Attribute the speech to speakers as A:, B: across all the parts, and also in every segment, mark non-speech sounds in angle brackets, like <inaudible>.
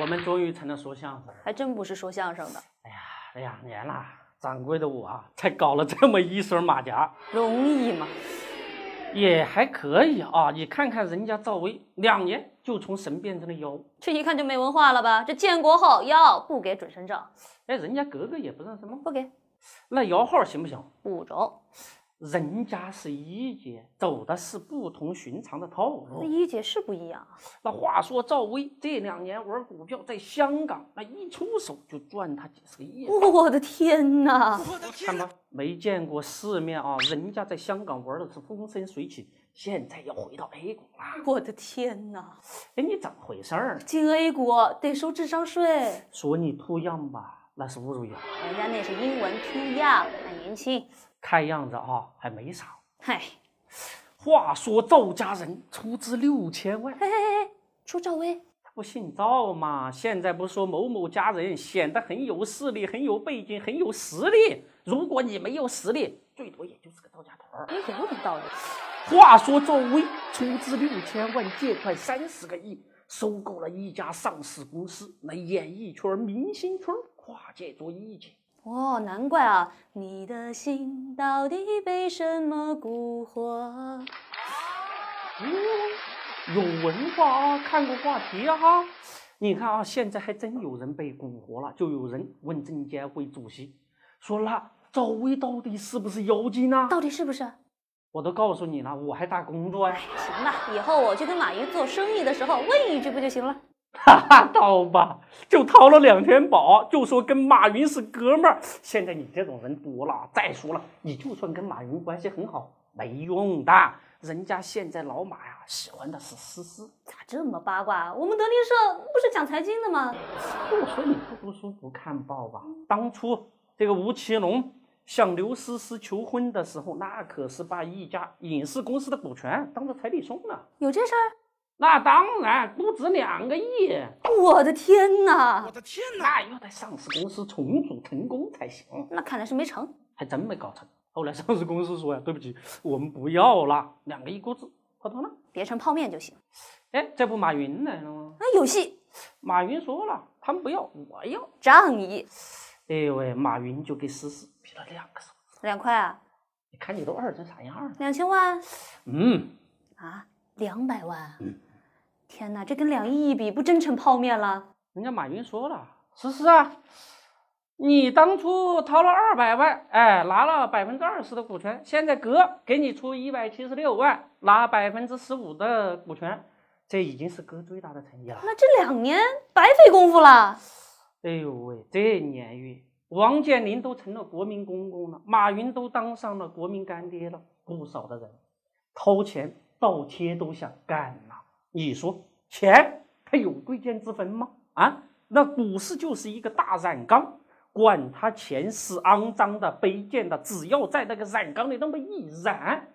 A: 我们终于才能说相声了。
B: 还真不是说相声的，
A: 哎呀，年了，掌柜的我啊，才搞了这么一身马甲， <laughs>
B: 容易吗？
A: 也还可以啊。你看看人家赵薇，两年就从神变成了妖。
B: 这一看就没文化了吧？这建国后要不给准生证，
A: 哎，人家格格也不认什么，
B: 不给
A: 那摇号行不行？
B: 不中。
A: 人家是一姐，走的是不同寻常的套
B: 那
A: 路。
B: 一姐是不一样啊，
A: 那话说赵薇这两年玩股票，在香港那一出手就赚她几十个亿。
B: 我的天哪！
A: 看吧，没见过世面啊！人家在香港玩的是风生水起，现在要回到 A 股啦。
B: 我的天哪！
A: 哎，你怎么回事儿？
B: 进 A 股得收智商税，
A: 说你兔样吧，那是侮辱人。
B: 人家那是英文 too young，还年轻。
A: 看样子啊，还没啥。
B: 嗨，
A: 话说赵家人出资六千万，
B: 嘿嘿嘿，说赵薇，
A: 不姓赵嘛？现在不是说某某家人显得很有势力、很有背景、很有实力。如果你没有实力，最多也就是个赵家屯儿。
B: 哎，有点道理。
A: 话说赵薇出资六千万，借款三十个亿，收购了一家上市公司，来演艺圈、明星圈跨界做艺姐。
B: 哦，难怪啊！你的心到底被什么蛊惑？
A: 嗯，有文化啊，看过话题啊。你看啊，现在还真有人被蛊惑了，就有人问证监会主席，说了赵薇到底是不是妖精呢？
B: 到底是不啊是？
A: 我都告诉你了，我还打工作呀、 <laughs>
B: 行吧，以后我去跟马云做生意的时候问一句不就行了？
A: 哈哈，掏吧，就掏了两天宝，就说跟马云是哥们儿。现在你这种人多了，再说了，你就算跟马云关系很好，没用的。人家现在老马呀，喜欢的是诗诗。
B: 咋这么八卦啊？我们德林社不是讲财经的吗？
A: 我说你不读书不看报吧？当初这个吴奇隆向刘诗诗求婚的时候，那可是把一家影视公司的股权当做彩礼送了。
B: 有这事儿？
A: 那当然，估值两个亿，
B: 我的天哪！
A: 的天哪！要在上市公司重组成功才行。
B: 那看来是没成。
A: 还真没搞成。后来上市公司说呀，对不起，我们不要了，两个亿估值合同呢？
B: 别成泡面就行。
A: 哎，这不马云来了吗？
B: 那有戏，
A: 马云说了，他们不要，我要。
B: 仗义，
A: 哎呦喂，马云就给思思比了两个手指，
B: 两块啊，
A: 你看你都二成啥样了？
B: 两千万
A: 嗯，
B: 啊，两百万啊。天哪，这跟两亿一比，不真成泡面了？
A: 人家马云说了，思思啊，你当初掏了二百万，哎，拿了百分之二十的股权，现在哥给你出一百七十六万，拿百分之十五的股权，这已经是哥最大的诚意了。
B: 那这两年白费功夫了。
A: 哎呦喂，这年月，王健林都成了国民公公了，马云都当上了国民干爹了，不少的人掏钱倒贴都想干呐。你说钱它有贵贱之分吗？啊，那股市就是一个大染缸，管它钱是肮脏的、卑贱的，只要在那个染缸里那么一染，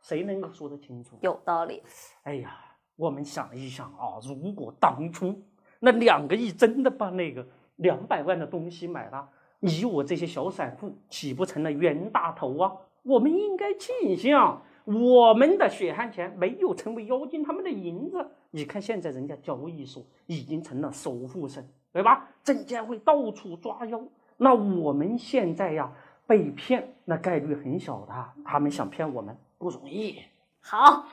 A: 谁能够说得清楚？
B: 有道理，
A: 哎呀，我们想一想啊，如果当初那两个亿真的把那个两百万的东西买了，你我这些小散户岂不成了冤大头啊？我们应该庆幸我们的血汗钱没有成为妖精他们的银子。你看现在人家交易所已经成了首富生，对吧？证监会到处抓妖，那我们现在呀被骗那概率很小的，他们想骗我们不容易。
B: 好。